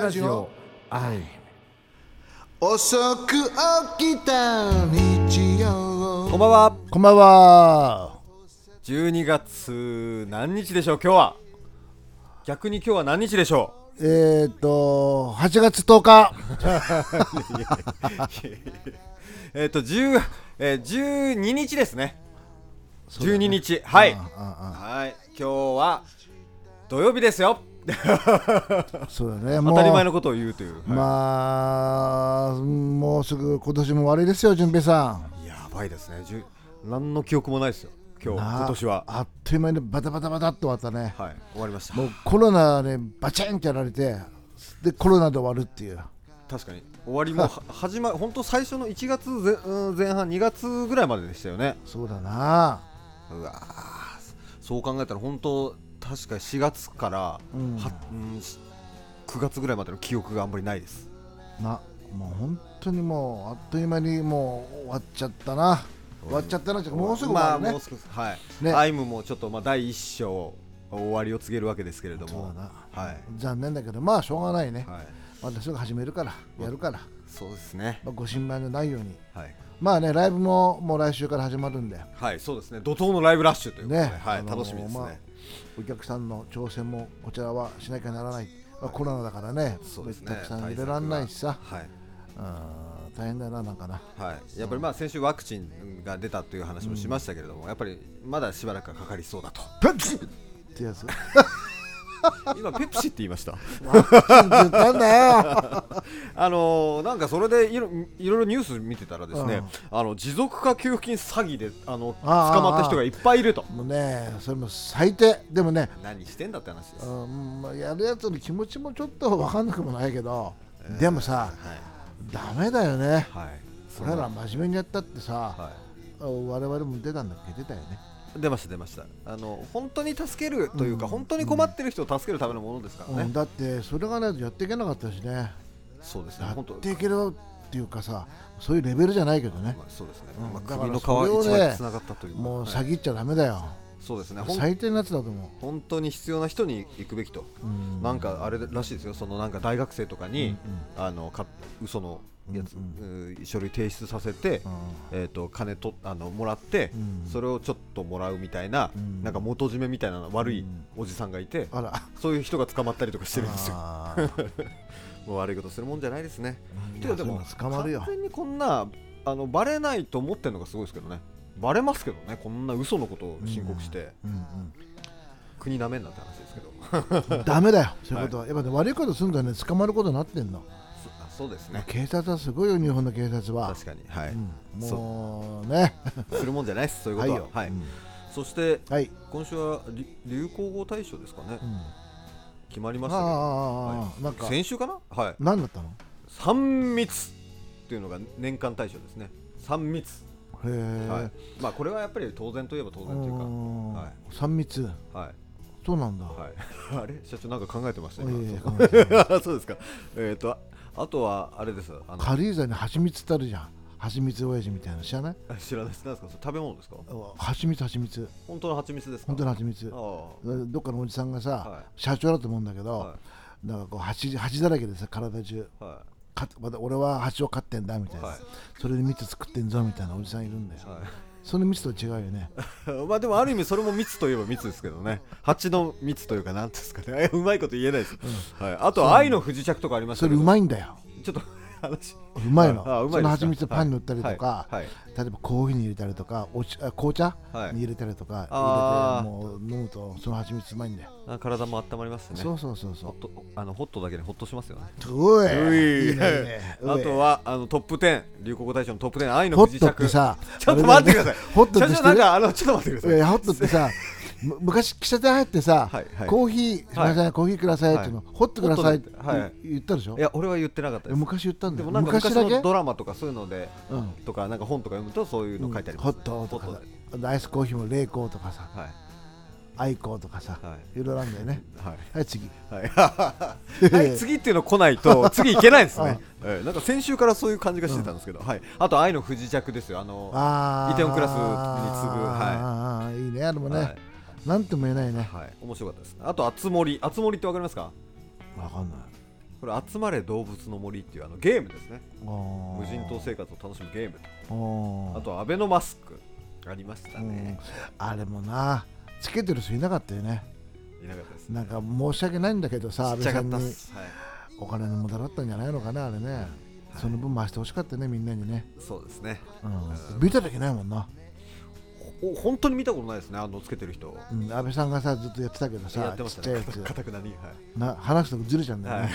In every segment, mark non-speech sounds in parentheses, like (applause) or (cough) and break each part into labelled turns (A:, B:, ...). A: ラジオ
B: はい
A: 遅く起きた日曜
C: こんばんは
B: こんばんは
C: 12月何日でしょう今日は逆に今日は何日でしょ
B: えー、っと8月10日
C: (laughs) うえっ、と10、えー、12日ですね12日はい
B: ああ
C: はい今日は土曜日ですよ
B: あそうだねも
C: 当
B: う
C: たり前のことを言うという、は
B: まあもうすぐ今年も終わりですよ淳平さ
C: いやばいですね10何の記憶もないですよ今
B: ん
C: 日
B: なあ
C: 今年は
B: あっという間にバタバタバタっと終わったね
C: はい終わりました
B: もうコロナでバチンってやられてでコロナで終わるっていう
C: 確かに終わり (laughs) もは始ま本当最初の1月前うん前半2月ぐらいまででしたよね
B: そうだな
C: うわーそう考えたら本当確か4月からは、
B: うん
C: うんし9月ぐらいまでの記憶があんまりないです
B: なもう本当にもうあっという間にもう終わっちゃったな終わっちゃったなっていうかもうすぐ終
C: ま
B: わる
C: あ
B: ね、
C: もうすぐはい、
B: ね
C: アイムもちょっとまあ第一章終わりを告げるわけですけれど
B: そう
C: も
B: だな
C: はい
B: 残念だけどまあしょうがないね、
C: はい
B: 私が始めるからやるから、
C: そうですね
B: まあ、ご心配のないように
C: はい
B: まあねライブももう来週から始まるんで
C: はいそうですね怒涛のライブラッシュということで、
B: ね
C: は
B: あ
C: い
B: のー
C: 楽しみですね、
B: まあお客さんの挑戦もこちらはしなきゃならない、まあ、コロナだからね
C: そうですね
B: たくさん入れられないしさ
C: はい
B: うん大変だななんかな
C: はい、やっぱりまあ先週ワクチンが出たという話もしましたけれども、やっぱりまだしばらくはかかりそうだと
B: ペプシってやつ
C: (laughs) 今ペプシって言いました
B: なんだ
C: (laughs)
B: よ
C: あのーなんかそれでいろいろいろニュース見てたらですね、あの持続化給付金詐欺であの捕
B: あー
C: まった人がいっぱいいると
B: もうねそれも最低でもね
C: 何してんだって話です、は
B: うんまあやるやつの気持ちもちょっと分かんなくもないけど、でもさダメだよね
C: い、はい、そん
B: 俺
C: な
B: ら真面目にやったってさ、
C: は
B: 我々も出たんだっけ出たよね
C: い、出ました出ましたあの本当に助けるというか、本当に困ってる人を助けるためのものですからね、
B: うんだってそれがないとやっていけなかったしね
C: そうですね
B: や
C: 本
B: っ
C: 当
B: ていけるっていうかさそういうレベルじゃないけどね
C: まあ、そうですね、
B: うん
C: まあ、
B: だか
C: 首
B: ら
C: の皮
B: それを
C: 一
B: ね
C: 枚つながったというか
B: もう
C: は
B: 詐
C: い
B: 欺っちゃダメだよ、
C: そうですね本
B: 最低なやつだと思
C: 本当に必要な人に行くべきと、
B: う、うん
C: なんかあれらしいですよ、そのなんか大学生とかに、あのか嘘のやつ、
B: うん
C: うー書類提出させて、えー、と金とあのもらって、
B: うん
C: それをちょっともらうみたいな、
B: うん
C: なんか元締めみたいな悪
B: う
C: い
B: ん
C: おじさんがいて、(laughs)
B: あら
C: そういう人が捕まったりとかしてるんですよ、
B: あー
C: もう悪いことするもんじゃないですね。
B: う
C: (laughs)
B: ん
C: てかで
B: い
C: も
B: やそういうの捕まるよ
C: 完全にこんなあのバレないと思ってるのがすごいですけどね、バレますけどね、こんな嘘のことを申告して、
B: うん
C: 国なめんなって話ですけ
B: (laughs)
C: ど。
B: うん、ダメだよ、そういうことは、やっぱ、ね、悪いことするんだよね、捕まることになってんの、
C: そあそうですね
B: 警察はすごいよ、日本の警察は、
C: 確かにはい、
B: うん
C: そ
B: もうね、
C: うするもんじゃないですそういうことははい、
B: うん
C: そして
B: はい、
C: 今週はり流行語大賞ですかね、
B: うん
C: 決まり
B: あ
C: ま
B: ー
C: したけど
B: あー、あ
C: は
B: ー
C: い
B: なんか、
C: 先週かなはい
B: 何だったの
C: 三密っていうのが年間大賞ですね三密、
B: へえ、
C: はいまあこれはやっぱり当然といえば当然というう
B: ーん
C: は
B: 三密、
C: かはい (laughs)
B: そうなんだ。
C: はいあれ社長なんか考えてました
B: いやい
C: 今
B: や
C: そう
B: 考えて
C: (laughs) そうですかえっ、とああとはあれですあの
B: 軽井沢に蜂蜜ってあるじゃん。蜂蜜親父みたいな、知らない
C: あ (laughs) 知らないですなんですかそれ食べ物ですか
B: 蜂蜜、蜂蜜、
C: 本当の蜂蜜ですか
B: 本当の蜂蜜。
C: あ
B: どっかのおじさんがさ、
C: は
B: 社長だと思うんだけど、
C: あは
B: なんかこう蜂蜂だらけでさ、体中、
C: いは
B: かまた俺は蜂を飼ってんだみたいな、
C: はい
B: それで蜜作ってんぞみたいなおじさんいるんだよ
C: い。はい (laughs)
B: その蜜とは違うよね。
C: まあでもある意味それも密といえば密ですけどね蜂の密というかなんていうんですかね (laughs) うまいこと言えないです、はい、あとは愛の不時着とかありまし
B: そ
C: たけ
B: れう
C: ど
B: まいんだよ。
C: ちょっと話
B: うまいの。
C: ああうまいです
B: そ
C: か
B: の蜂蜜をパンに塗ったりとか、
C: はいはい
B: 例えばコーヒーに入れたりとか、お茶あ紅茶
C: はい
B: に入れたりとか、
C: あー
B: 入れてもう飲むとその蜂蜜うまいんだよ。
C: あ体も温まりますね
B: そうそうそう
C: ホ
B: そ
C: ットあのホットだけでほっとしますよね
B: う。う
C: う
B: え。
C: い
B: いいねいいねうえ
C: あとはあのトップ10流行語大賞のトップ10愛の
B: ホ
C: 不時
B: ッ
C: 着、
B: トってさ
C: ちょっと待ってください
B: ホットって
C: 社
B: 知
C: 長
B: って
C: なん
B: る
C: かあのちょっと待ってくださ
B: い
C: い
B: やホットってさ、む昔喫茶店入ってさ、
C: はいはい
B: コーヒー、すみません、コーヒーくださいっていうの、ホットくださいって
C: ホットではい
B: 言ったでしょ、
C: いや俺は言ってなかったです
B: 昔言ったんだ
C: で
B: よ。
C: もなんか
B: 昔
C: 昔
B: だけ
C: のドラマとかそういうので、
B: うん
C: とかなんか本とか読むとそういうの書いてあります、
B: ホットとか
C: ホッ
B: さ
C: トで、
B: アイスコーヒーも冷凍とかさ、
C: はい
B: アイコーとかさ、、
C: はい
B: ろいろあるんだよね。
C: はい
B: はい、次。
C: はい、はい、次っていうの来ないと次いけないですね、えーなんか先週からそういう感じがしてたんですけど、はい、あと愛の不時着です (laughs) よあの
B: あー
C: イテウォンクラスに次ぐは
B: あーいいね、あれもね、
C: はい
B: なんとも言えないね
C: い、。はい、面白かったですあと熱盛熱盛ってわかりますか
B: わかんない。
C: これ「集まれ動物の森」っていうあのゲームですね無
B: 無
C: 人島生活を楽しむゲーム
B: あ
C: あとアベノマスクありましたね、
B: あれもなつけてる人いなかったよね
C: いなかったです
B: なんか申し訳ないんだけどさ
C: ちっちゃか
B: 安
C: った
B: 倍
C: っ
B: さんに
C: す、はい、
B: お金の無駄だったんじゃないのかなあれね、その分回してほしかったねみんなにね、
C: そうですね
B: うん、見た時ないもんな、
C: お本当に見たことないですねあのつけてる人
B: うん、安倍さんがさずっとやってたけど
C: や
B: さ
C: ってまし
B: ち
C: た
B: っちゃい
C: ね
B: やつ
C: かたくなにはい
B: な話すとずれちゃうんだよね、
C: はい、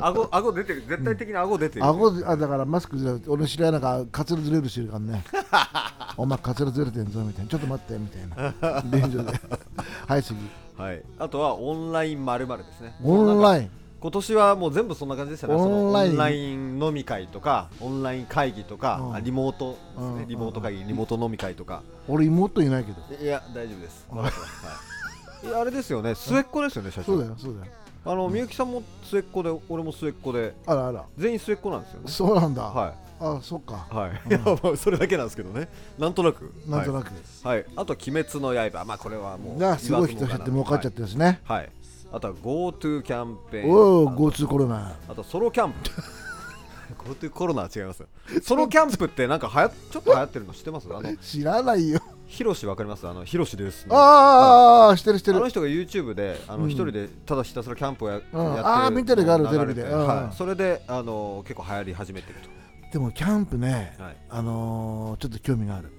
C: (laughs) 顎顎出てる絶対的に顎出てる、
B: 顎あだからマスクずれ俺の知り合いなんかカツラずれるしから
C: (laughs)
B: ねお前カツラずれてんぞみたいなちょっと待ってみたい
C: (laughs)
B: な便所ではい次
C: はい、あとはオンラインまるですね
B: オンラ
C: ン
B: イン
C: 今年はもう全部そんな感じでしたねその
B: オンライン
C: オンライン飲み会とかオンライン会議とか、
B: うん
C: あリモートです
B: うんうんう
C: ね
B: ん
C: リモート会議リモート飲み会とか
B: 俺妹いないけど
C: いや大丈夫 (laughs) ですわかってますはいいやあれですよね末っ子ですよね社
B: そう
C: 長
B: だよそうだよ
C: あのみゆきさんも末っ子で俺も末っ子で
B: あらあら
C: 全員末っ子なんですよね
B: そうなんだ、
C: は
B: あそっか
C: いはい、いや (laughs) まあそれだけなんですけどねなんとなく
B: なんとな
C: く
B: く、
C: はい、はいあと「鬼滅の刃」まあこれはもう
B: なすごい人減って儲かっちゃってるんですね、
C: はい、はいあとは GoTo キャンペーン
B: お
C: あ
B: お GoTo コロナ
C: あとソロキャン
B: (laughs)
C: プこういうコロナは違いますよソロキャンプってなんかはやちょっと流行ってるの知ってますあの
B: 知らないよ
C: ヒロシわかりますあのヒロシです
B: ああしてるして
C: あ
B: る
C: の人が YouTube であの
B: うん
C: 一人でただひたすらキャンプをや,、やって
B: うん
C: る
B: あー見てるがある
C: 流れ
B: テレビでうん
C: はい、それであの結構流行り始めてる
B: でもキャンプね、
C: はい
B: あのーちょっと興味がある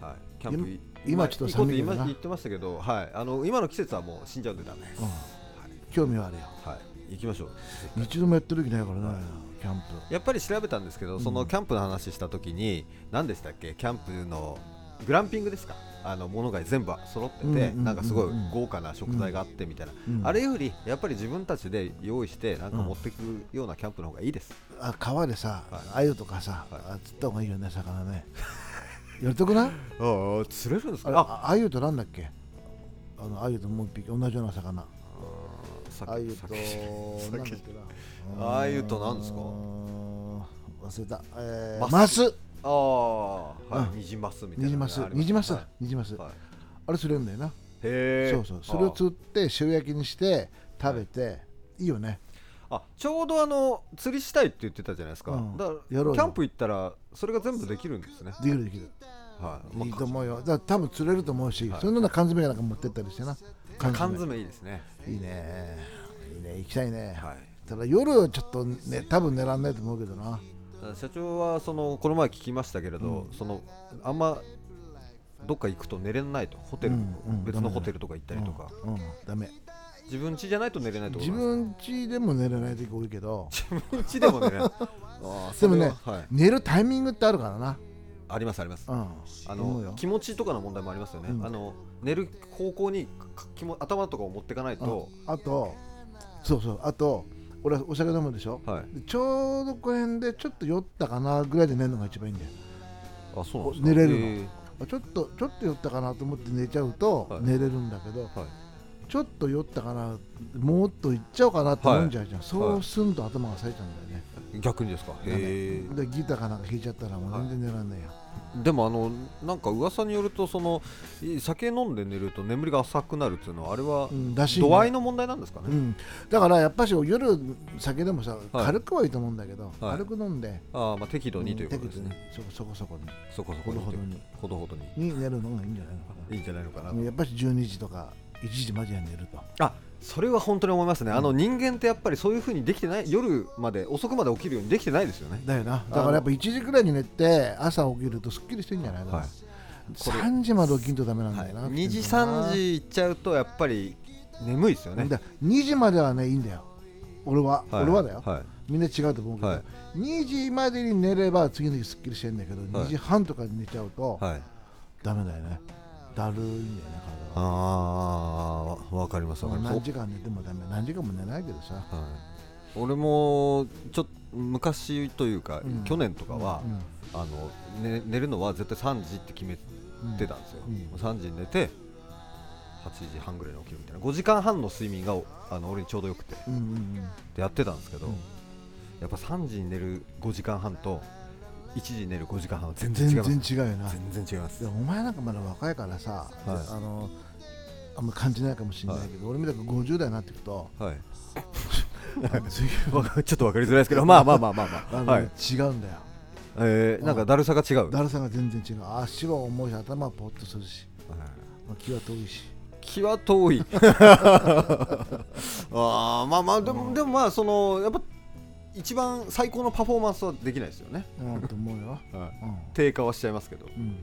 C: と、はい、キャンプい
B: 今ちょっと
C: 行こう
B: 寒いけど
C: 今
B: な
C: 言ってましたけど、はい、あの今の季節はもう死んじゃうんでダメです、
B: うん
C: はい
B: 興味はあるよ
C: はい、行きましょう
B: 一度もやってる時ないからねキャンプ
C: やっぱり調べたんですけど、そのキャンプの話した時に何でしたっけキャンプのグランピングですかあのものが全部揃ってて、
B: うんうんうんうん
C: なんかすごい豪華な食材があってみたいな、
B: うん
C: あれよりやっぱり自分たちで用意してなんか持ってくようなキャンプの方がいいです、
B: あ川でさ
C: はい
B: 鮎とかさ、
C: はい
B: あ釣った方がいいよね魚ね (laughs) やりたくない
C: ああ釣れるんです
B: あれあ鮎となんだっけあの鮎ともう一匹同じような魚
C: さ
B: 鮎
C: さ
B: となんだっけな
C: 鮎となんですか
B: うーん忘れた、えー、マ
C: マ
B: ス
C: ああはい、ニジマスみたいな
B: ニジマスニジマス
C: は
B: だニジマス
C: いはい
B: あれ釣れるんだよな
C: へえ
B: そうそうそれを釣って塩焼きにして食べて、い、いよね
C: ああちょうどあの釣りしたいって言ってたじゃないですか、
B: うん
C: だか
B: や
C: ら
B: ろうよ
C: キャンプ行ったらそれが全部できるんですね
B: できるできる
C: はい、
B: いい
C: ま
B: と思うよだから多分釣れると思うし、
C: はい
B: そんなの缶詰なんか持ってったりしてな
C: あ缶詰いいですね。
B: いいねいいね行きたいね、
C: はい。
B: ただ夜はちょっとね多分狙んないと思うけどな
C: 社長はそのこの前聞きましたけれど、そのあんまどっか行くと寝れないとホテル、
B: うんうん
C: 別のホテルとか行ったりとか、
B: うん、うんダメ
C: 自分家じゃないと寝れないってこと
B: 自
C: なんで
B: 分家でも寝れない時多いけど
C: すか。自分家でも寝れない。 (laughs) あー
B: でもね、
C: それははい、
B: 寝るタイミングってあるからな
C: ありますあります。
B: うん
C: あ
B: 思う
C: の
B: よ
C: 気持ちとかの問題もありますよね。
B: うん
C: あの寝る方向にか気も頭とかを持っていかないと、
B: ああとそうそうあと俺はお酒飲むでしょ、
C: はい。
B: でちょうどこの辺でちょっと酔ったかなぐらいで寝るのが一番いいんだよ
C: あそうなんですか。
B: 寝れるの
C: え
B: あちょっとちょっと酔ったかなと思って寝ちゃうと
C: はい
B: 寝れるんだけど、
C: ーはい。
B: ちょっと酔ったかなもっといっちゃおうかなって飲んじゃうじゃん、そうすんと頭が冴えちゃうんだよね、
C: 逆にですか。へえ。
B: でギターかなんか弾いちゃったらもう全然寝らんないよ、
C: でもあのなんか噂によるとそのい酒飲んで寝ると眠りが浅くなるっていうのはあれは
B: うんらしいね
C: 度合いの問題なんですか
B: う
C: ね、
B: ん、だからやっぱし夜酒でもさ、
C: はい
B: 軽くはいいと思うんだけど、
C: はい
B: 軽く飲んで
C: ああまあ適度にということ
B: うん
C: ですね、
B: 適度にそこそこ
C: そ
B: そこ
C: こそこに
B: ほどほどに
C: ほどほどに
B: にに寝るのがいいんじゃないのか
C: いいんじゃないのかな
B: なやっぱし12時とか1時までは寝ると
C: あそれは本当に思いますね、あの人間ってやっぱりそういうふうにできてない夜まで遅くまで起きるようにできてないですよね
B: だよなだからやっぱ1時くらいに寝て朝起きるとすっきりしてんじゃないの、
C: はいこれ
B: 3時まで起きんとダメなん
C: は
B: だ
C: い、
B: よな、
C: 2時3時行っちゃうとやっぱり眠いですよね
B: だから2時まではねいいんだよ俺は、
C: はい
B: 俺はだよ、
C: はい
B: みんな違うと思うけど、
C: はい
B: 2時までに寝れば次の日すっきりしてんだけど、
C: はい
B: 2時半とかに寝ちゃうと、
C: はい
B: ダメだよねだるいんだよね体が
C: ああわかりますわかります
B: 何時間寝てもダメ何時間も寝ないけどさ
C: はい、俺もちょっと昔というか、
B: うん
C: 去年とかは、
B: うん
C: あのね、寝るのは絶対3時って決めてたんですよ、
B: うん
C: もう3時に寝て8時半ぐらいに起きるみたいな5時間半の睡眠がおあの俺にちょうどよくてっ
B: うんうんうん
C: てやってたんですけど、
B: うん
C: やっぱ3時に寝る5時間半と1時に寝る5時間半は全然違い
B: 全
C: ます
B: 然違うよな
C: 全然違います
B: でもお前なんかまだ若いからさ、
C: はい
B: あのあんま感じないかもしれないけど、俺みたく50代になっていくと
C: はい (laughs) わかちょっと分かりづらいですけど (laughs) まあまあまあまあま
B: あ
C: あ
B: の
C: はい
B: 違うんだよ
C: えーなんかだるさが違う
B: だるさが全然違う足は重いし頭はポッとするし、まあ、気は遠いし
C: 気は遠 (laughs) いあーまあまあでもでもまあそのやっぱ一番最高のパフォーマンスはできないですよね、
B: うんと思うよ、う
C: 低下はしちゃいますけど
B: んうん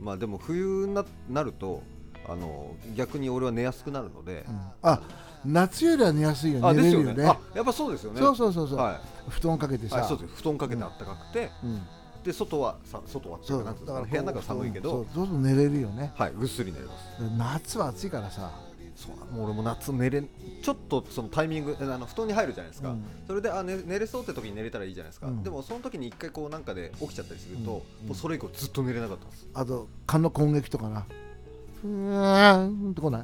C: まあでも冬にななるとあの逆に俺は寝やすくなるので、
B: あ夏よりは寝やすいよ
C: あ
B: ね
C: です
B: 寝れる
C: よ
B: よ
C: ね
B: ね
C: あやっぱそうですよね
B: そうそうそうそう、
C: は
B: 布団かけて
C: い、
B: さ、
C: はい、そうです布団かけてあったかくて、
B: うん、
C: で外はさ外はってい
B: そうう
C: か
B: だ
C: なんてい
B: か
C: うんですからね部屋の中寒いけど
B: そうそうそう寝れるよね
C: はいぐっすり寝れます
B: 夏は暑いからさ
C: そうなの俺も夏寝れんちょっとそのタイミングあの布団に入るじゃないですか、
B: うん
C: それであ、ね、寝れそうって時に寝れたらいいじゃないですか、
B: うん
C: でもその時に一回こうなんかで起きちゃったりすると、
B: うん
C: もうそれ以降ずっと寝れなかったんです
B: あと蚊の攻撃とかなふーんってこな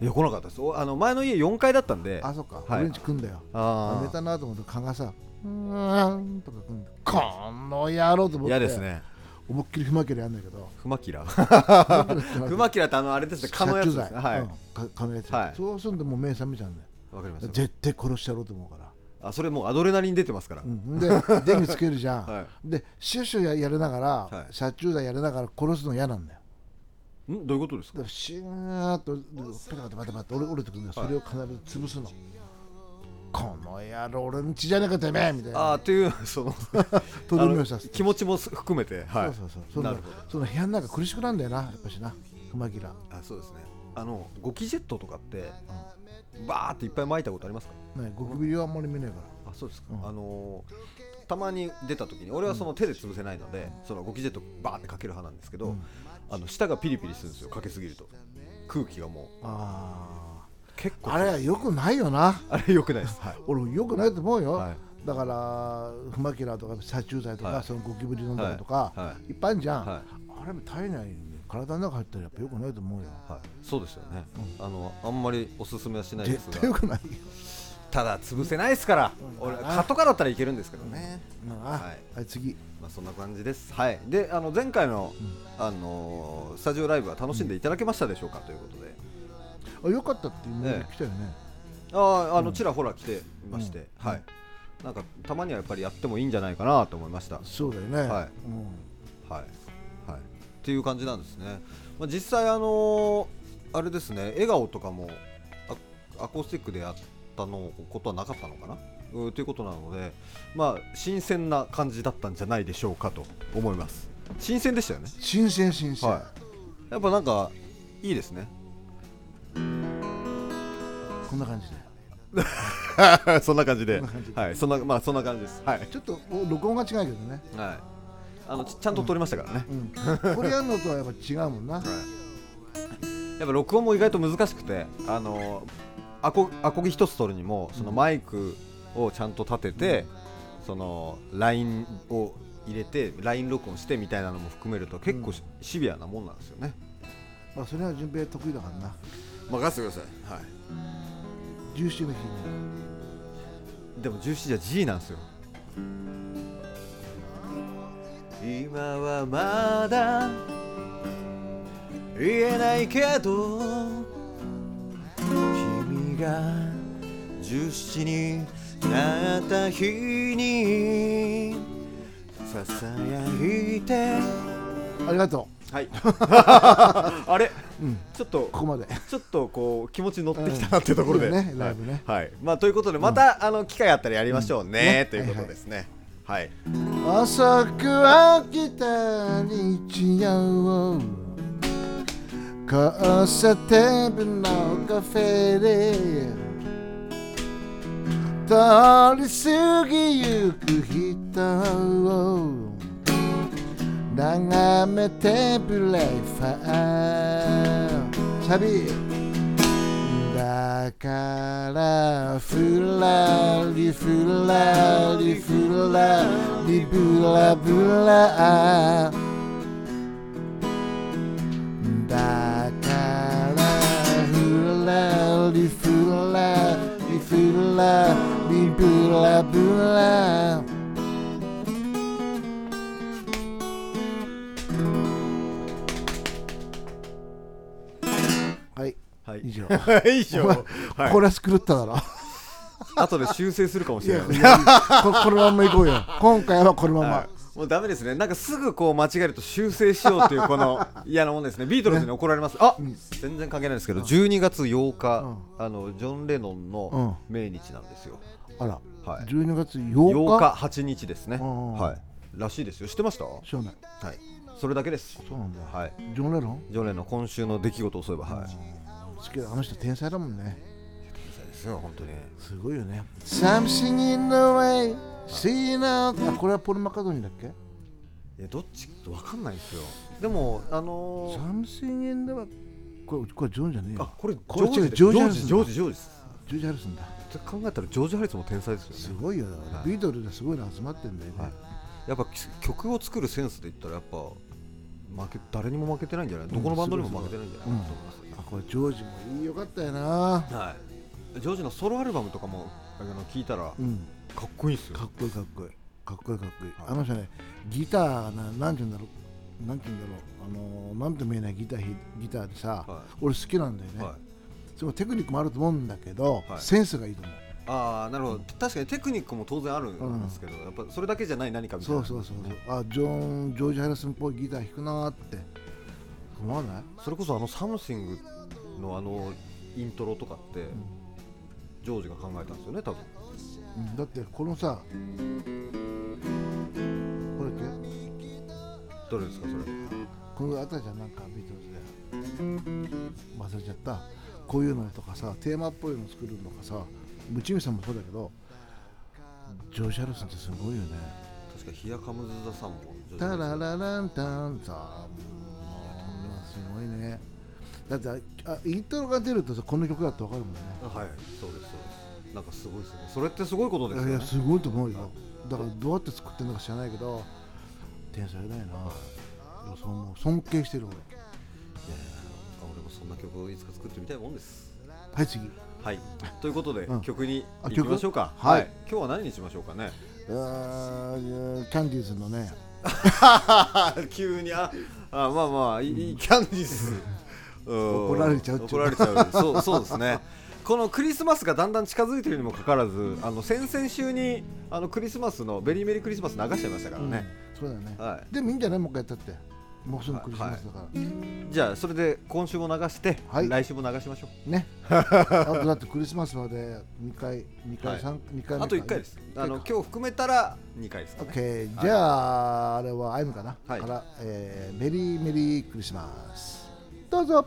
B: い
C: いや来なかったですおあの前の家4階だったんで
B: あそっか、
C: はい
B: 俺んち来んだよ
C: あー
B: 寝たなと思って蚊がさうーんとか来んだこの野郎と思って
C: 嫌ですね
B: 思いっきり踏まけりやんだけ (laughs) ど
C: ふまきら
B: 踏
C: ふ
B: (laughs)
C: まきらってあのあれですね蚊のやつですねはい
B: うん
C: わ、
B: 蚊蚊のやつ、
C: はい
B: そうするともう目覚めちゃうんだよ
C: かりました
B: 絶対殺してやろうと思うから、
C: あそれもうアドレナリン出てますから、
B: うん、で電気つけるじゃ (laughs) ん、
C: は
B: でシュッシュややりながら、
C: はい
B: 殺虫剤やりながら殺すの嫌なんだよ
C: んどういうことです
B: だ
C: か
B: からシューッとペタペタペタペタ折れ折れてくるんだよそれを必ず潰すの、この野郎俺の血じゃねえかてめえみたい
C: あ
B: な
C: あというその
B: とどめを刺す
C: あの気持ちも含めてはい
B: そうそうそうそ
C: な
B: の
C: るほど
B: その部屋の中苦しくなんだよなやっぱしなふまぎら
C: あそうですねあのゴキジェットとかって、バーっていっぱい撒いたことありますか
B: ねゴキブリはあんまり見ないから
C: あそうですか、
B: うん
C: あのーたまに出た時に俺はその手で潰せないので、そのゴキジェットバーってかける派なんですけど、
B: うん
C: あの舌がピリピリするんですよかけすぎると空気がも
B: あ
C: う結構
B: あれはよくないよな
C: あれよくないです、はい、
B: 俺よくないと思うよ、
C: はい
B: だからフマキラとか殺虫剤とか、
C: はい
B: そのゴキブリ飲んだりとか、、
C: はいはい
B: っぱいあるじゃん、
C: はい
B: あれも体内に体の中入ったらやっぱよくないと思うよ
C: はい、そうですよね、あのあんまりおすすめはしないです
B: 絶対よ
C: が
B: くないよ
C: ただ潰せないですから、俺蚊とかだったらいけるんですけどね、
B: なあ、
C: は
B: はいい次
C: まあ、そんな感じです。はい、であの前回の、あのースタジオライブは楽しんでいただけましたでしょうか、ということで、
B: あよかったっていうメール
C: ええ
B: 来たよね、
C: あーあのちらほら来ていまして、はい、なんかたまにはやっぱりやってもいいんじゃないかなと思いました。
B: そうだよね、
C: はい
B: うん
C: はい、はい、っていう感じなんですね。まあ、実際あのーあれですね、笑顔とかもアアコースティックでやったのことはなかったのかな。うんということなので、まあ新鮮な感じだったんじゃないでしょうかと思います。新鮮でしたよね。
B: 新鮮新鮮、
C: はい、やっぱなんかいいですね
B: こんな感じ
C: (laughs)
B: で
C: そんな感じで
B: そんな感じ
C: はいそんなまあそんな感じですはい、
B: ちょっとお録音が違うけどね、
C: はい、あのちちゃんと撮りましたからね、
B: うん、これやるのとはやっぱ違うもんな、
C: はいやっぱ録音も意外と難しくてあのアコアコギ一つ撮るにもそのマイクをちゃんと立てて、そのラインを入れてライン録音してみたいなのも含めると結構しシビアなもんなんですよね
B: まあ、それは順平得意だからな
C: 任せてください、はい、
B: 重視の日
C: でも17じゃ G なんですよ今はまだ言えないけど君が17になった日にささやいて
B: にありがと
C: はい (laughs) あれ、ちょっと
B: うここまで
C: ちょっとこう気持ち乗ってきたなっていうところで、
B: うんいいよねライブね
C: はい、はいまあということでまた、あの機会あったらやりましょうね、ということですね。はい、
B: 遅く起きた日曜交差点のカフェで通り過ぎゆく人を眺めてブレイファーサビだからふらりふらりふらりぶらぶらだからふらりふらりふらりぶらぶらはい
C: はい
B: 以上
C: 以上、
B: お前
C: はい (laughs)
B: これは狂っただろ
C: 後で修正するかもしれない。
B: ここのまんま行こうよ今回はこのまんま、
C: はいもうダメですね。なんかすぐこう間違えると修正しようというこ
B: (laughs)
C: の嫌なもんですね。ビートルズに怒られます。あ、全然関係ないですけど、12月8日、あのジョンレノンの命日なんですよ。
B: あら、
C: はい
B: 12月8日
C: 8日8日ですね。
B: うん
C: はい。らしいですよ。知ってました？は
B: 知らない
C: い。それだけです。
B: そうなんだ
C: はい。
B: ジョン・レノン
C: ジョンレノン今週の出来事をそういえばはい。
B: 好きだあの人天才だもんね
C: そうですよ本当に。
B: すごいよね Something in the way See now あこれはポル・マカドニーだっけ
C: えどっちわかんないですよ。でもあのー
B: Something in the way これこれジョンじゃねえ
C: あ
B: よ
C: これジ
B: これ
C: ョージで
B: 違うジョージ
C: ジョージジョージジョージです。
B: ジョージ・ハリスンだ
C: って考えたらジョージ・ハリスも天才ですよね。
B: すごいよだから、ビートルズがすごいの集まってんだよね、
C: はいやっぱき曲を作るセンスで言ったらやっぱ負け誰にも負けてないんじゃないどこのバンドにも負けてないんじゃないかなと思います、
B: あこれジョージもいいよかったよな
C: はい、ジョージのソロアルバムとかもあの聞いたらか
B: うん
C: っこいいですよ、
B: かっこいいかっこいいかっこいいかっこいいあの人ねギターがななんて言うんだろうなんて言うんだろうあのーなんとも言えないギターひギターでさ、
C: は
B: 俺好きなんだよね、
C: はい、
B: そのテクニックもあると思うんだけど、
C: はい
B: センスがいいと思う
C: ああなるほど確かにテクニックも当然あるんですけど、やっぱそれだけじゃない何かみたい
B: そ
C: な
B: うそうそうそうあジョンジョージ・ハリスンっぽいギター弾くなーって思わない
C: それこそあの「サムシング」のあのイントロとかって、ジョージが考えたんですよね多分
B: うんだってこのさこれだっけ
C: どれですかそれ
B: このあたりじゃんなんかビートルズで忘れちゃったこういうのとかさテーマっぽいの作るのかさムチミさんもそうだけどジョージ・ハリスンってすごいよね
C: 確か「ヒアカムズ・ザ・サンもジョージ
B: タ
C: ハリス
B: ララランタンさあもうすごいねだってあイントロが出るとさこの曲だってわかるもんね
C: はいそうですそうですなんかすごいですねそれってすごいことです
B: い
C: よ
B: や
C: ね
B: すごいと思うよだからどうやって作ってるのか知らないけど天才だよな、いやそう思う尊敬してる
C: あ
B: 俺
C: 俺もそんな曲をいつか作ってみたいもんです。
B: はい次
C: はい、ということで、
B: うん
C: 曲に
B: あ
C: 行きましょうか、
B: 曲はい
C: 今日は何にしましょうかね
B: あーキャンディーズのね
C: (laughs) 急にああまあまあいいいキャンディーズうん
B: 怒られちゃうっちゅ
C: 怒
B: う
C: られちゃうそうそうですねこのクリスマスがだんだん近づいているにもかかわらずあの先々週にあのクリスマスのベリーメリークリスマス流しちゃいましたからね、
B: そうだよね、
C: は
B: でもいいんじゃないもう一回やったってもうすぐクリスマスだから、
C: じゃあそれで今週も流して、
B: はい
C: 来週も流しましょう (laughs)
B: ねあとだってクリスマスまで2回2
C: は
B: 回
C: い
B: 三二回目か
C: あと1回ですあの今日含めたら2回ですか
B: オ
C: ね
B: ッケーじゃあ、あれはアイムかな、
C: はい
B: から、えーメリーメリークリスマスどうぞ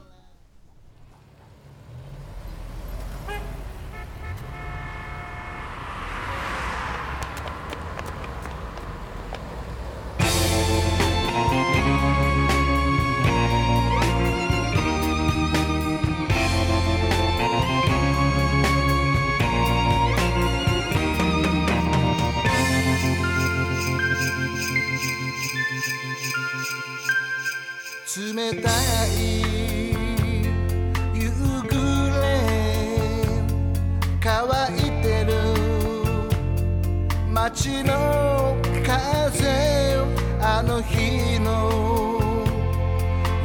A: 冷たい夕暮れ乾いてる街の風あの日の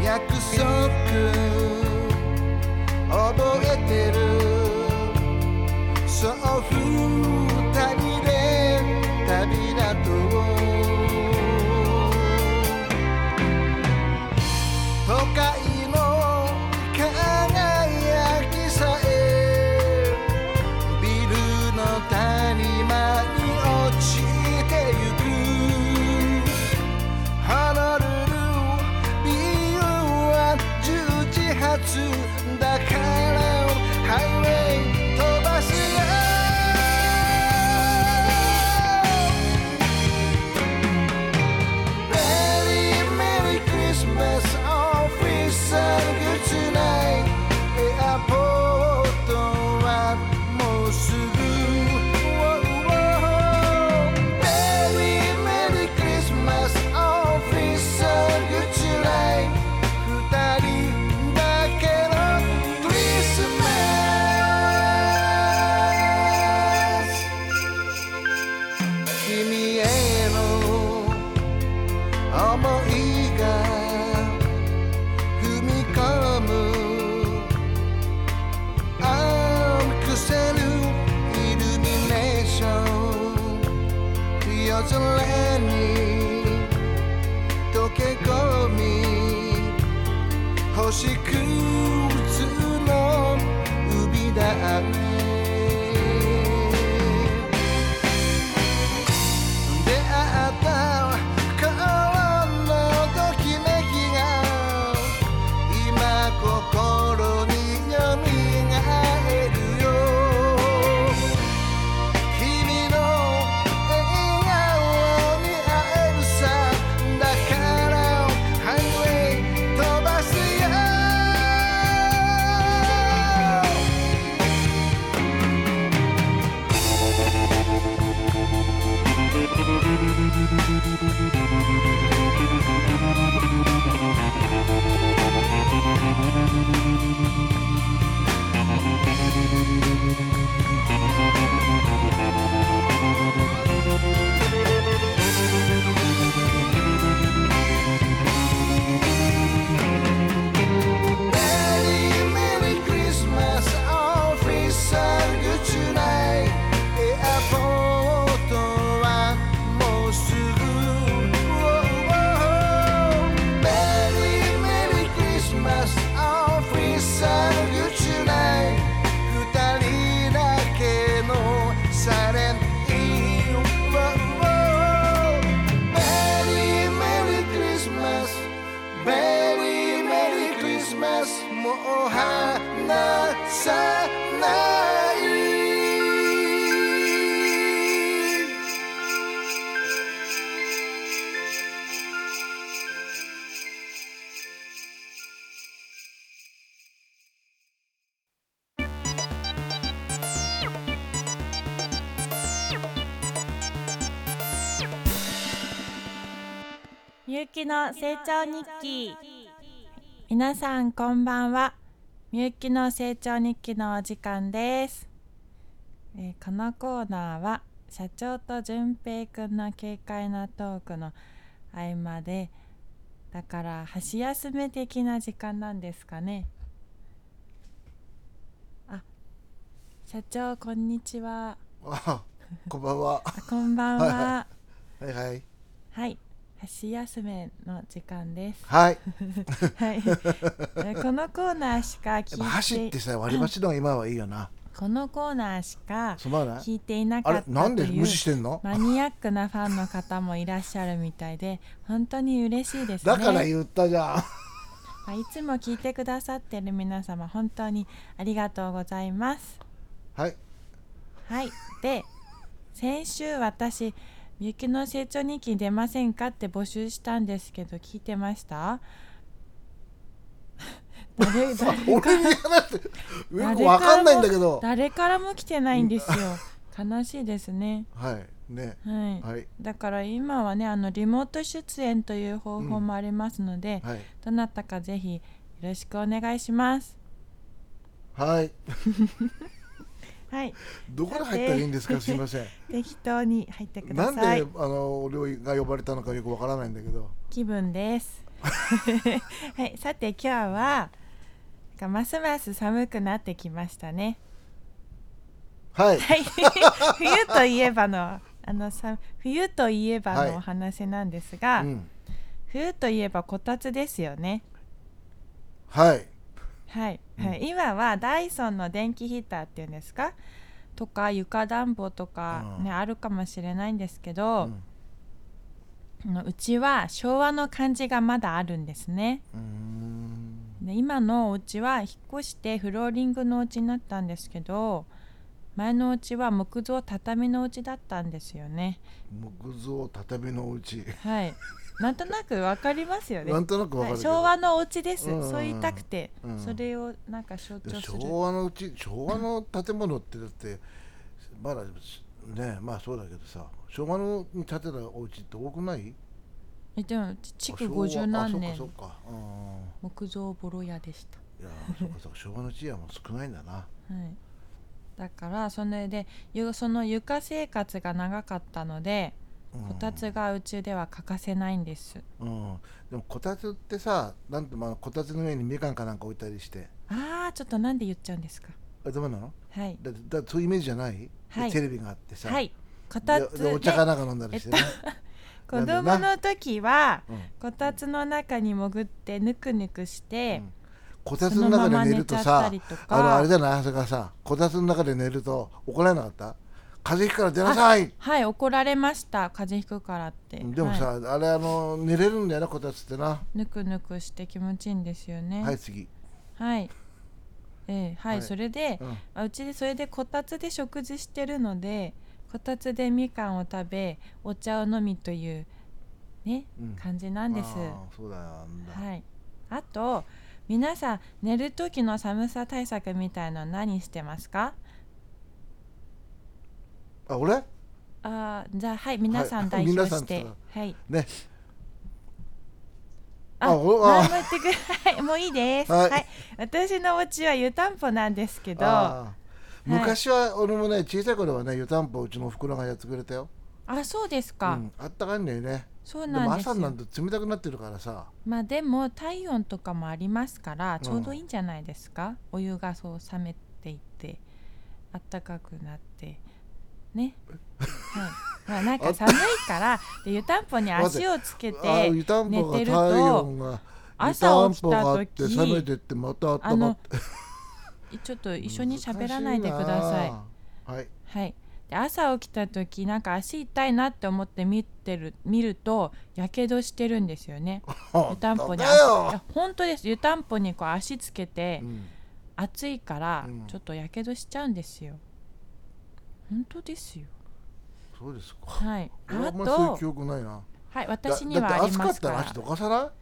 A: 約束覚えてるそう二人で旅だと都会の輝きさえビルの谷間に落ちてゆくハロルルビルは10時発だからハイウェイ飛ばすよメリーメリークリスマスオフィスアルグッズナイトエアポートはもうすぐ Wow, wow メリーメリークリスマスオフィスアルグッズナイト二人だけのクリスマス君への想いが踏み込むアンクセルイルミネれに溶け込み星屑の海だね出会った頃のときめきが今心によみがえるよ君の笑顔に会えるさだからハイウェイ飛ばすよ「メリーメリークリスマスオフィスアルグチュナイ」「エアポートはもうすぐ」「メリーメリークリスマスオフィスアルグチュナイ」「二人だけのサレンティー」「メリーメリークリスマス」Merry Merry Christmas もう離さない
D: みゆきの成長日記皆さんこんばんはみゆきの成長日記のお時間です、えーこのコーナーは社長と淳平くんの軽快なトークの合間でだから箸休め的な時間なんですかねあ社長こんにちは
B: あこんばんは
D: あこんばん
B: はいは
D: は
B: はいはい
D: はい箸休めの時間です
B: はい
D: はい、 (laughs) このコーナーしか
B: やっぱ箸
D: 聞
B: っ
D: いて
B: てさ割り箸の今はいいよな
D: このコーナーしか
B: すまない
D: 聞いていな
B: あ
D: か
B: れ
D: った
B: なん
D: と
B: で
D: いう
B: 無視してんの
D: マニアックなファンの方もいらっしゃるみたいで本当に嬉しいですね
B: だから言ったじゃん
D: まあいつも聞いてくださってる皆様本当にありがとうございます
B: はい
D: はいで先週私「みゆきの成長日記に出ませんか?」って募集したんですけど聞いてました (laughs) 誰誰
B: 俺に話して上
D: 誰
B: の
D: か
B: 子
D: ら
B: わかんないんだけど
D: も誰からも来てないんですよ悲しいですね
B: はいね
D: はい、
B: はい
D: だから今はねあのリモート出演という方法もありますので、
B: はい
D: どなたかぜひよろしくお願いします
B: はい
D: はい
B: どこで入ったらいいんですかすいま
D: (laughs)
B: せん
D: 適当に入ってく
B: な
D: だ
B: んで
D: さ
B: あ
D: い
B: の俺が呼ばれたのかよくわからないんだけど
D: 気分です
B: (laughs)
D: はいさて今日はなんかますます寒くなってきまし
B: (laughs)
D: たね
B: はい
D: はい冬といえばのあのさ冬といえばのお話なんですが、
B: うん
D: 冬といえばこたつですよね
B: はい
D: はい、
B: うん
D: はい今はダイソンの電気ヒーターっていうんですかとか床暖房とかね、
B: うん
D: あるかもしれないんですけ
B: う
D: ど、
B: ん
D: あのうちは昭和の感じがまだあるんですね
B: うーん
D: で今のお家は引っ越してフローリングのお家になったんですけど前のお家は木造畳のお家だったんですよね
B: 木造畳のうち (laughs)
D: はいなんとなくわかりますよね
B: なんとなくわかる
D: はい、
B: けど、
D: 昭和のお家です、
B: うん
D: そう言いたくて、
B: うん
D: それをなんか象
B: で
D: 徴する
B: 昭和のうち昭和の建物ってだってまだねまあそうだけどさ昭和のに建てたお家って多くない
D: えでもち築
B: あ昭和
D: 50何
B: あ
D: 年
B: そっかそっかう
D: 木造ボロ屋でした、
B: んいやそっかそっか昭和の地はもう少ないんだな
D: はい、だからそれでゆその床生活が長かったので
B: うん
D: こたつが宇宙では欠かせないんです、
B: うんでもこたつってさなんてまあこたつの上にみかんかなんか置いたりして
D: あーちょっとなんで言っちゃうんですか
B: あダメなの
D: はい
B: だってだってそういうイメージじゃない、
D: はい
B: テレビがあってさ、
D: はいこた
B: で
D: つ
B: でお茶かなんか飲んだりしてね、
D: 子供の時は
B: うん
D: こたつの中に潜ってぬくぬくして、
B: こたつの中で寝ると
D: そのまま
B: さ
D: 寝ちゃったりとか
B: あれあれだな長谷川さんこたつの中で寝ると怒られなかった風邪ひくから出なさい
D: はい怒られました風邪ひくからって
B: でも
D: は
B: さ、あれあの寝れるんだよなこたつってな、
D: いぬくぬくして気持ちいいんですよね
B: はい次、
D: はいええはい、
B: はい
D: それで、
B: うん
D: あうちでそれでこたつで食事してるのでこたつでみかんを食べお茶を飲みというね、
B: うん
D: 感じなんです
B: あーそうだよなんだ、
D: はいあと皆さん寝る時の寒さ対策みたいの何してますか
B: あ俺
D: あーじゃあはい皆さ
B: は
D: ん
B: い
D: 代表し
B: 皆
D: て
B: さんっ
D: はい
B: ね
D: あ、
B: あおあ
D: 何も言ってくれない。もういいです。は、
B: はいい
D: 私のお家は湯たんぽなんですけど。あ
B: あー昔は俺もね小さい頃はね湯たんぽをうちのおふくろがやってくれたよ、
D: そうです
B: う
D: か。
B: ん、あったかいんだよね
D: そう
B: で
D: な
B: も
D: んですよ
B: 朝になると冷たくなってるからさ
D: まあ、でも体温とかもありますから、ちょうどいいんじゃないですか。お湯がそう冷めていって。あったかくなって。ね。はい。まあ、なんか寒いから、で湯たんぽに足をつけ
B: あ
D: て
B: ー湯たん
D: 寝
B: ぽが
D: てる
B: 体
D: と。
B: 温が湯た
D: 朝
B: ん
D: 起き
B: ぽがあ
D: た
B: って
D: 時
B: 冷めてってまたあった
D: あ
B: まっ
D: の
B: て。
D: ちょっと一緒に喋らないでください。
B: いはい
D: はい、で朝起きた時なんか足痛いなって思って見てる見るとやけどしてるんですよね湯たんぽに
B: だ
D: 足い
B: よ
D: や本当です湯たんぽにこう足つけて、
B: うん
D: 暑いから
B: うん
D: ちょっとやけどしちゃうんですよ本当ですよ
B: そうですか
D: はい
B: 俺あ
D: あ
B: んまそういう
D: と
B: 記憶ないな
D: はい
B: だ
D: 私には
B: だ
D: あ
B: って
D: り
B: 暑か
D: ま
B: っ
D: す
B: た
D: からら
B: 足どかさな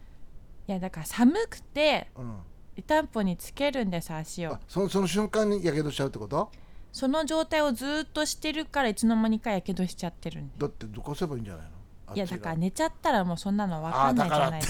B: い
D: やだから寒くて
B: い、うん、
D: 湯たんぽにつけるんです足を
B: あそのその瞬間にやけどしちゃうってこと
D: その状態をずーっとしてるからいつの間にかやけどしちゃってるんです
B: だってどかせばいいんじゃないの
D: いやだから
B: ね
D: 寝ちゃったらもうそんなの分かんないじゃないで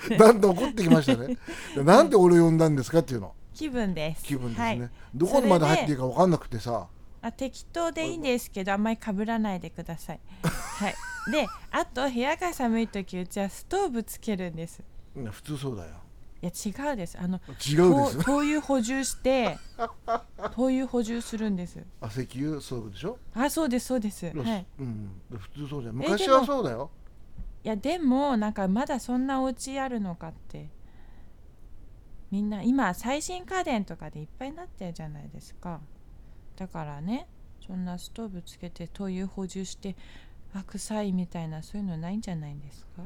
D: す
B: (laughs)
D: か
B: なんで怒ってきましたねでなんで俺呼んだんですかっていうの
D: (laughs) 気分です
B: 気分ですね、
D: はい、
B: どこにまで入っていいか分かんなくてさ
D: あ適当でいいんですけどあんまりかぶらないでくだ
B: (laughs)
D: さいはいであと部屋が寒い時うちはストーブつけるんです
B: うん普通そうだよ
D: いや違うですあの
B: 違う
D: 灯
B: です
D: 灯油補充して
B: (laughs)
D: 灯油補充するんです
B: あ石油そういうことでしょ、
D: あそうですそうですはい
B: うん普通そうじゃん
D: えでも
B: 昔はそうだよ
D: いやでもなんかまだそんなお家あるのかってみんな今最新家電とかでいっぱいになってるじゃないですかだからねそんなストーブつけて灯油補充してあ臭いみたいなそういうのないんじゃないんですか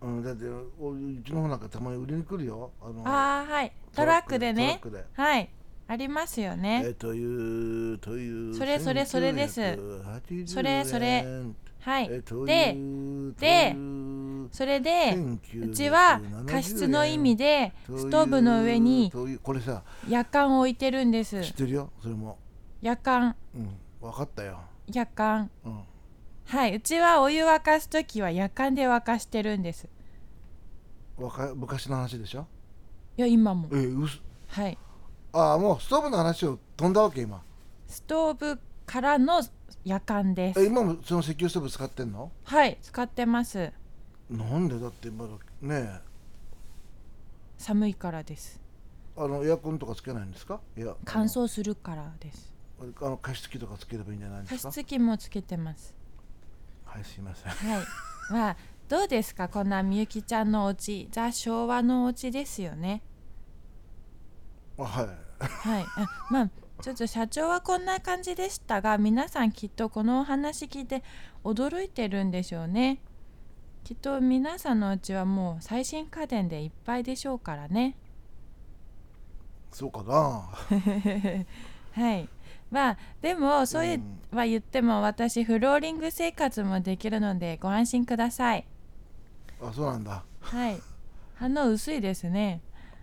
B: うん、だっておうちの方なんかたまに売りに来るよあの
D: ああはいト
B: ト
D: ラ
B: ラ
D: ッ
B: ッ
D: ク
B: ク
D: で
B: で
D: ね
B: トラック
D: はいありますよね
B: えというという
D: それそれそれです
B: 1980
D: それそれ
B: 円
D: はい
B: えという
D: ででそれで
B: 1970
D: うちは加湿の意味で
B: という
D: ストーブの上に
B: というこれさ
D: 夜間を置いてるんです
B: 知ってるよそれも
D: 夜間
B: うん分かったよ
D: 夜間
B: うん
D: はいうちはお湯沸かす時は夜間で沸かしてるんです
B: わか昔の話でしょ
D: いや今も
B: えうす
D: はい
B: ああもうストーブの話を飛んだわけ今
D: ストーブからの夜間で
B: え
D: す
B: 今もその石油ストーブ使ってんの
D: はい使ってます
B: なんでだってまだねえ
D: 寒いからです
B: あのエアコンとかつけないんですかいやあの
D: 乾燥するからです
B: あの加湿器とかつければいいんじゃないで
D: 加
B: すか
D: 湿器もつけてます
B: はいすいません
D: はい (laughs) まあどうですかこんなみゆきちゃんのお家ザ昭和のお家ですよね
B: あはい
D: はいあまあちょっと社長はこんな感じでしたが皆さんきっとこのお話聞いて驚いてるんでしょうねきっと皆さんのうちはもう最新家電でいっぱいでしょうからね (laughs)
B: そうかな
D: はいまあでもそういうは言っても私フローリング生活もできるのでご安心ください
B: あそうなんだ
D: はい鼻薄いですね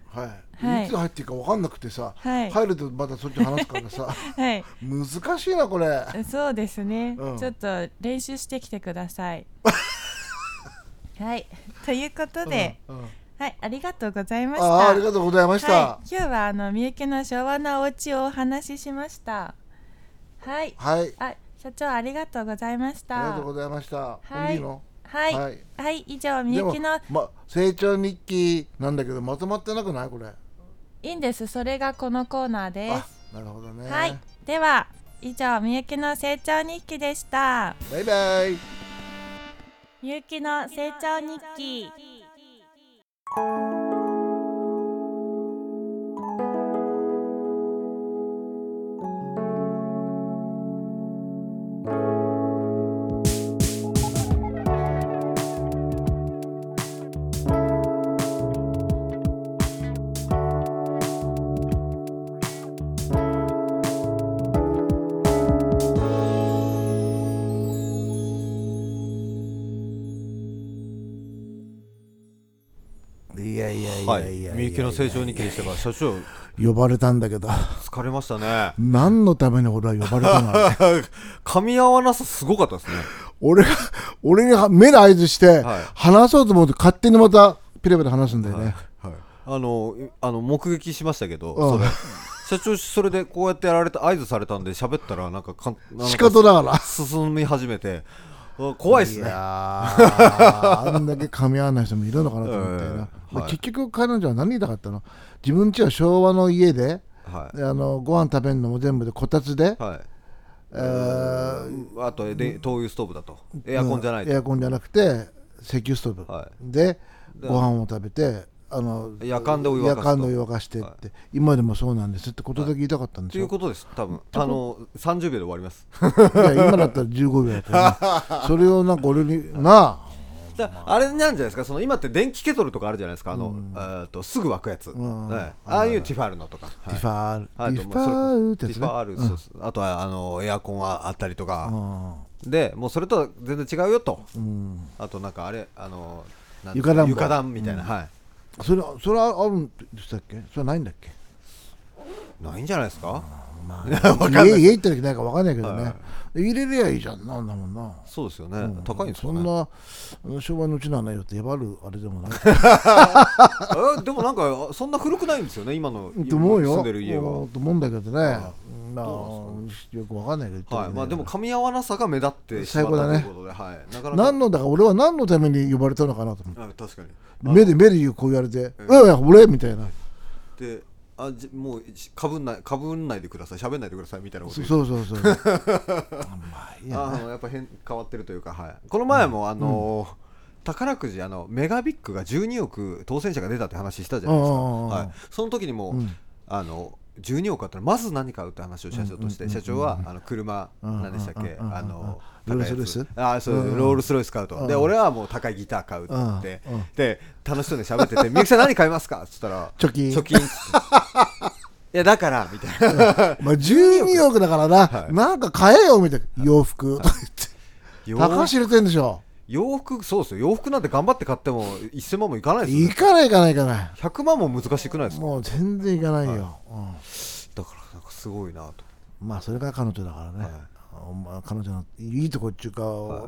B: はい、
D: はい
B: い、つ入っていいか分かんなくてさ、
D: はい
B: 入るとまたそっち話すから
D: (laughs)
B: さ
D: はい
B: 難しいなこれ
D: そうですね、
B: うん
D: ちょっと練習してきてくだ
B: (laughs)
D: さいはいということで、
B: うんうん
D: はいありがとうございました
B: あありがとうございました、
D: はい、今日はあのみゆきの昭和なお家をお話ししましたはい
B: はい、あり
D: あ社長ありがとうございました
B: がとうございました。
D: はい
B: もういいの？
D: はいは
B: はいい、
D: 以上み
B: で
D: ゆ
B: も
D: きの
B: ま成長日記なんだけどまとまってなくないこれ？
D: いいんですそれがこのコーナーです
B: あ、なるほどね。
D: はいでは以上みゆきの成長日記でした
B: バイバイ
D: みゆきの成長日記
B: いやいやい
C: は
B: や
C: い
B: いや、
C: みゆきの成長日記でしたから社長
B: 呼ばれたんだけど (laughs)
C: 疲れましたね (laughs)
B: 何のために俺は呼ばれたのか
C: 噛み合わなさすごかったですね
B: (laughs) 俺が俺に目で合図して、
C: はい
B: 話そうと思うと勝手にまたピレピレ話すんだよね、
C: あのいあの目撃しましたけど
B: う
C: そ
B: ん
C: れ社長それでこうやってやられて合図されたんで喋ったらなんかかんなん
B: 仕
C: か
B: 方だから
C: 進み始めてあ怖いっす
B: い
C: ね
B: やー (laughs) あんだけ噛み合わない人もいるのかなと思ったよな、
C: ええ
B: まあ
C: はい
B: 結局彼女は何言いたかったの自分家は昭和の家で
C: は
B: あのご飯食べるのも全部でこたつで、
C: いはい
B: えー
C: あとで灯油ストーブだとエアコンじゃない
B: うんエアコンじゃなくて石油ストーブ、
C: は
B: で
C: で
B: ご飯を食べてあの
C: 夜間でお湯沸
B: 夜
C: かすと
B: 間でお湯沸かしてって、
C: はい
B: 今でもそうなんですってことだけ言いたかったんで
C: と
B: す
C: い
B: よ
C: う、ことです多分あの30秒で終わります
B: いや今だったら15秒だったなそれをなんか俺になあ
C: だ (laughs) あれなんじゃないですかその今って電気ケトルとかあるじゃないですかあの、えーっとすぐ沸くやつ、
B: ん
C: はい、ああいうティファールのとか、
B: ディファール、
C: はい
B: ディファールってやつ
C: ティ
B: ね
C: ファールそうですあとはあのエアコンはあったりと
B: う
C: か、
B: ん
C: でもうそれとは全然違うよと、
B: うん
C: あとなんかあれあのなん
B: 床暖房
C: 床暖みたいな、は
B: それそれはあるんでしたっけそれはないんだっけ
C: いないんじゃないですか、
B: (laughs) 家家行った時ないか分かんないけどね、入れりゃいいじゃんなんだもんな、
C: そうですよね、高いんですか
B: そ
C: ね
B: んなあの昭和のうちのはないよってやばるあれでもない
C: (laughs) えでもなんかそんな古くないんですよね今の
B: と思うよ
C: 住んでる家は
B: うんと思うんだけどねなあ
C: ど
B: よく分かんないけど、
C: はいまあでも噛み合わなさが目立ってし
B: 最
C: まっ
B: 高だね
C: たということで、はい、なかなか
B: 何のだから俺は何のために呼ばれたのかなと思って
C: あ確かに
B: 目で目で言うこう言われて「いやいや俺」みたいな
C: であじもうしかぶんないかぶんないでください喋んないでくださいみたいなこと
B: そ
C: 言う
B: そうそう
C: (laughs)
B: そうあまあいいや
C: あのやっぱ変変わってるというか、はい、この前も、あのー宝くじあのメガビッグが12億当選者が出たって話したじゃないですか、
B: ああああ
C: はい、その時にもう、
B: うん
C: あの12億あったらまず何買うって話を社長として、社長はあの車
B: うん
C: 何でしたっけ、
B: うん
C: あの
B: うんうん
C: 高いやつ
B: ロールスロイス
C: あそうですロールスロイス買うと、で俺はもう高いギター買うって言って、
B: うんうん
C: で楽しそうに喋ってて「みゆきさん何買いますか?」っつったら「
B: (laughs) 貯金
C: 貯金っつって」いやだからみたいな
B: まあ12億だからな、
C: はい
B: なんか買えよみたいな洋服、
C: 洋
B: (laughs) 高橋入れてんでしょ
C: 洋服そうですよ洋服なんて頑張って買っても1000万もいかないですよ
B: 行かない行かない行かない
C: 100万も難しくないですか
B: もう全然行かないよ、
C: だからなんかすごいなと
B: うん、まあそれが彼女だからね、あまあ、彼女のいいとこっていうか、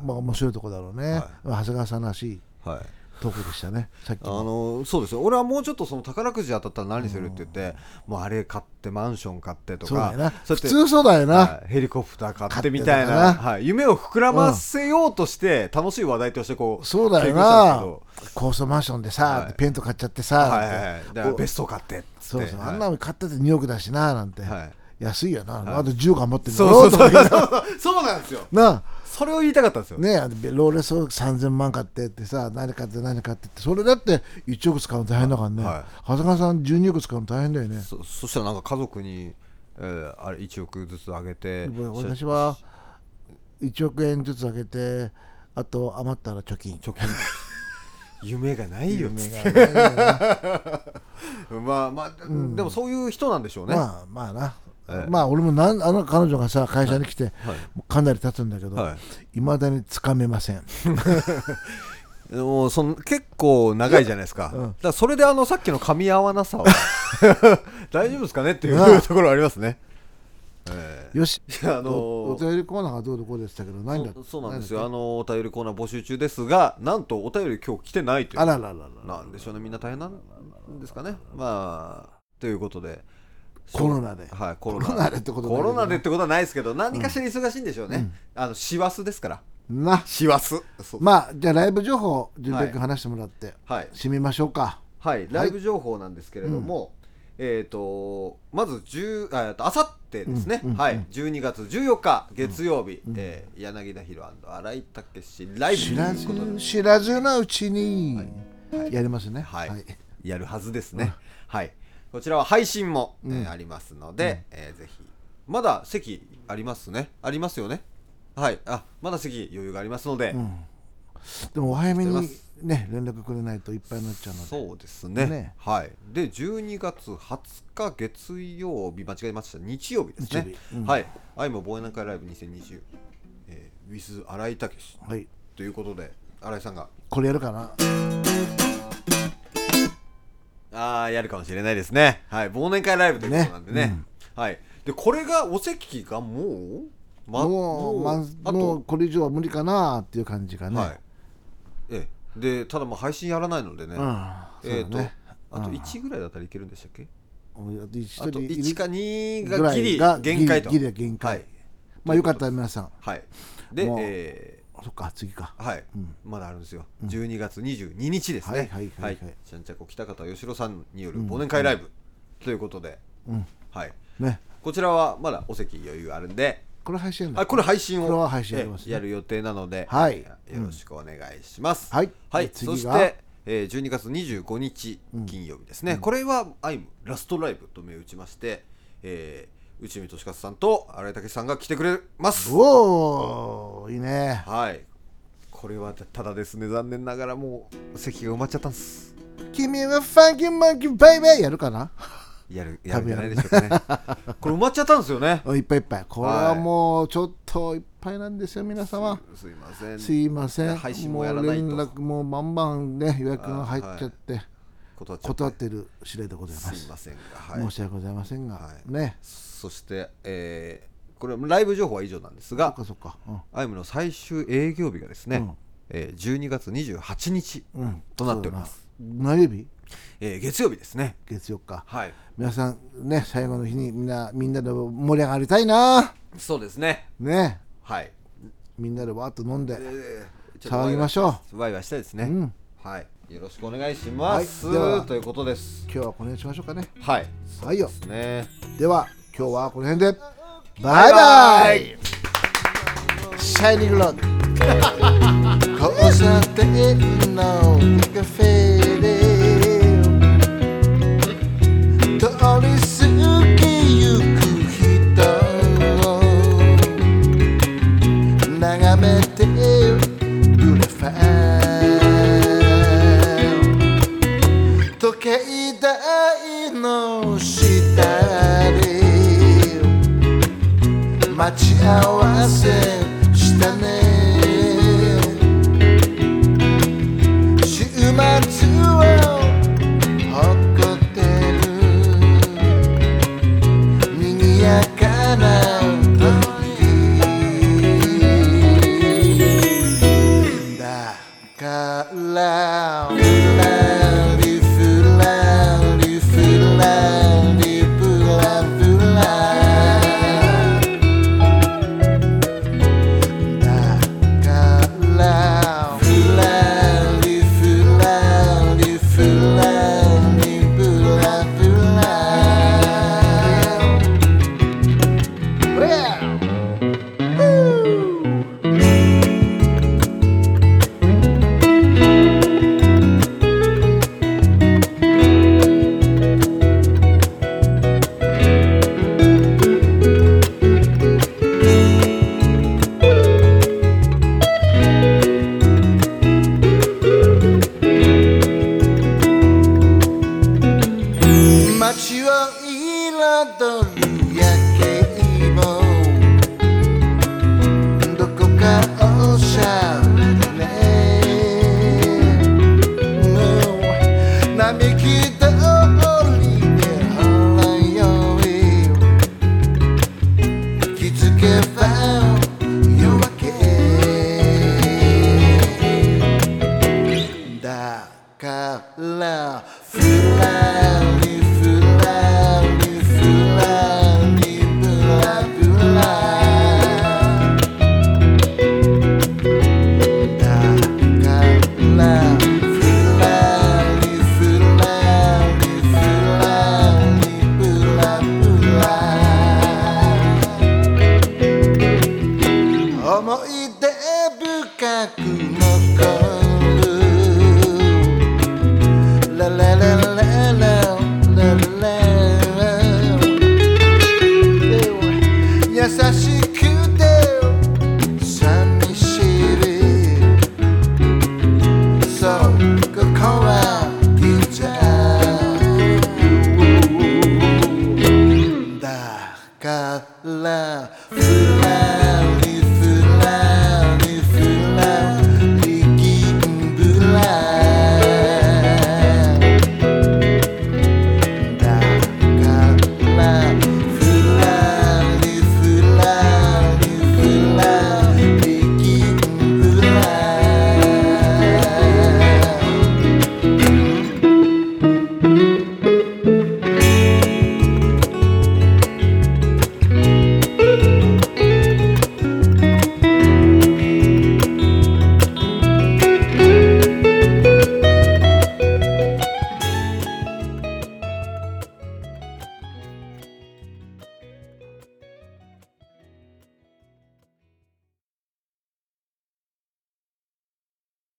B: まあ面白いとこだろうね、
C: はい
B: まあ長谷川さんらしい
C: はい
B: トークでしたねさっき
C: あ
B: の
C: のそうですよ俺はもうちょっとその宝くじ当たったら何するって言ってもうあれ買ってマンション買ってとか
B: そうだよな
C: そう
B: 普
C: やって
B: 通そうだよな、
C: はいヘリコプター買ってみたい
B: 買って
C: な、
B: とか
C: はい、夢を膨らませようとして楽しい話題としてこう
B: そうだ
C: 提
B: よ
C: 供したんです
B: な
C: けど
B: 高層マンションでさ、
C: はい
B: ペント買っちゃってさ、
C: はいはいはいだから
B: お
C: ベストを買ってっつ
B: そ
C: っ
B: う
C: て
B: そう、
C: はい
B: あんなの買ったって2億だしななんて、
C: はい
B: 安いよな、あと10頑張ってる
C: そうそう
B: と
C: そ
B: 思
C: う
B: いな
C: そう
B: がら
C: そうなんですよ
B: なあ
C: それを言いたかったんですよ、
B: ねえローレスを3000万買ってってさ何買って何買ってってそれだって1億使うの大変だからね、
C: は
B: 長谷川さん12億使うの大変だよね
C: そそしたらなんか家族に、えーあれ1億ずつあげて
B: 私は1億円ずつあげてあと余ったら貯金 (laughs)
C: 貯金夢がないよっつって
B: 夢がないよな
C: まあまあ、でもそういう人なんでしょうね、
B: まあまあな、
C: ええ
B: まあ俺もなんあの彼女がさ会社に来て、もうかなり経つんだけど、
C: はい
B: いまだにつかめません
C: もうその結構長いじゃないですか,、だからそれであのさっきの噛み合わな
B: (laughs)
C: さは大丈夫ですかねっていう、
B: なあ
C: ところありますね、え
B: よし
C: ーいやあの
B: おお便りコーナーがどうでこうでしたけどないんだ
C: そそうなんですよ
B: な
C: あ
B: んだっ
C: のお便りコーナー募集中ですがなんとお便り今日来てないと
B: け
C: いう
B: あららららら
C: なんでしょうねみんな大変なんですかねまあということで
B: コロナで
C: はい、コロ
B: コロナでってことだ
C: コ
B: よね
C: ロナでってことはないですけど何かしら忙しいんでしょうね、あの師走ですから
B: な
C: 師走そう
B: まあじゃあライブ情報順平
C: はい
B: 君話してもらって、
C: はい
B: 締めましょうか
C: はい、ライブ情報なんですけれども、えー、とまず10あえーとあさってですね、
B: うんうん
C: はい、12月14日月曜日、えー柳田博新井武史ライブと
B: 知ら
C: いうこと
B: ず
C: で
B: 知らずのうちにやりますね
C: はいやるはずですね、はい、こちらは配信も、えー
B: うん
C: ありますので、えーぜひまだ席ありますねありますよねはいあまだ席余裕がありますので、
B: うんでもお早め
C: 知ってま
B: に
C: す
B: ね連絡くれないといっぱいになっちゃうので
C: そうですね
B: ね
C: はいで12月20日月曜日間違えました日曜日ですね
B: 日曜日うん
C: はい「愛も忘年会ライブ2020」えー、with 新井武史
B: はい
C: ということで新井さんが
B: これやるかな
C: あーやるかもしれないですねはい忘年会ライブということなんでね
B: ね
C: はいでこれがお席がもう、ま
B: もうま
C: あ
B: も
C: と
B: うこれ以上は無理かなっていう感じがね
C: はいええでただもう配信やらないのでね、
B: うん
C: えっ、
B: そう
C: と、
B: だね
C: あと
B: うん
C: 1ぐらいだったらいけるんでしたっけ
B: あと一
C: あと
B: 人いる
C: 1か2
B: ぐ
C: が
B: ら
C: ギ
B: い
C: リ
B: が
C: 限界と。
B: ギリギリが限界
C: はい。
B: まあよかったら皆さん
C: はい、で、
B: もう
C: え
B: そっか次か
C: ーはい、
B: うん
C: まだあるんですよ。12月22日ですね。
B: はいはいはいはい
C: ちゃんちゃこ北方義郎さんによる忘年会ライブということで、
B: うん
C: はい。
B: ね
C: こちらはまだお席余裕あるんで、
B: これ配信やるの
C: あこれ配信を
B: これは配信やります
C: え
B: ね
C: やる予定なので、
B: はい
C: えーよろしくお願いします。
B: はい
C: はい、
B: で次
C: そ
B: が
C: して、えー、12月25日金曜日ですね、これはアイムラストライブと銘打ちまして、えー、内海俊勝さんと新井武さんが来てくれます。
B: おおいいね
C: はい、これはたただですね、残念ながらもう席が埋まっちゃったんです。
B: 君はファンキーマンキーバイバイやるかな
C: やるや
B: 多
C: るん
B: 分
C: じゃな
B: や
C: い
B: る
C: でしょうかね。
B: (laughs)
C: これ埋まっちゃったんですよね。
B: あいっぱいいっぱいこれはもうちょっといっぱいなんですよ皆様
C: すいません。
B: すいません
C: 配信もやらないと
B: もう連絡もバンバンね予約が入っちゃって
C: 断っちゃ
B: 断ってる次第でございます
C: い
B: す
C: ませんが、はい、
B: 申し訳ございません
C: は
B: が
C: い
B: ね
C: そして、えーこれライブ情報は以上なんです
B: そっ
C: が
B: か、そっかう
C: アイムの最終営業日がですね、
B: うん
C: えー12月28日
B: んうん
C: となっております、
B: そうだな何曜日
C: えー月曜日ですね。
B: 月曜か
C: はい、
B: 皆さんね最後の日にみんなみんなで盛り上がりたいな
C: そうですね。
B: ね
C: はい、
B: みんなでわーっと飲んで
C: えーちょっと
B: 騒ぎましょ
C: ワイワイしたいですね、
B: ううん
C: はい、よろしくお願いします、
B: はいでは
C: ということです。
B: 今日はこの辺にしましょうかね
C: はい、
B: はいよ
C: ね、
B: では今日はこの辺でバイバイシャイニングロック
A: 交差点のカフェで通り過ぎゆく人を眺めてグラファン時計台の下で待ち合わせしたね週末を誇ってる賑やかな時だからフラリフラリフラリフラフラ
B: く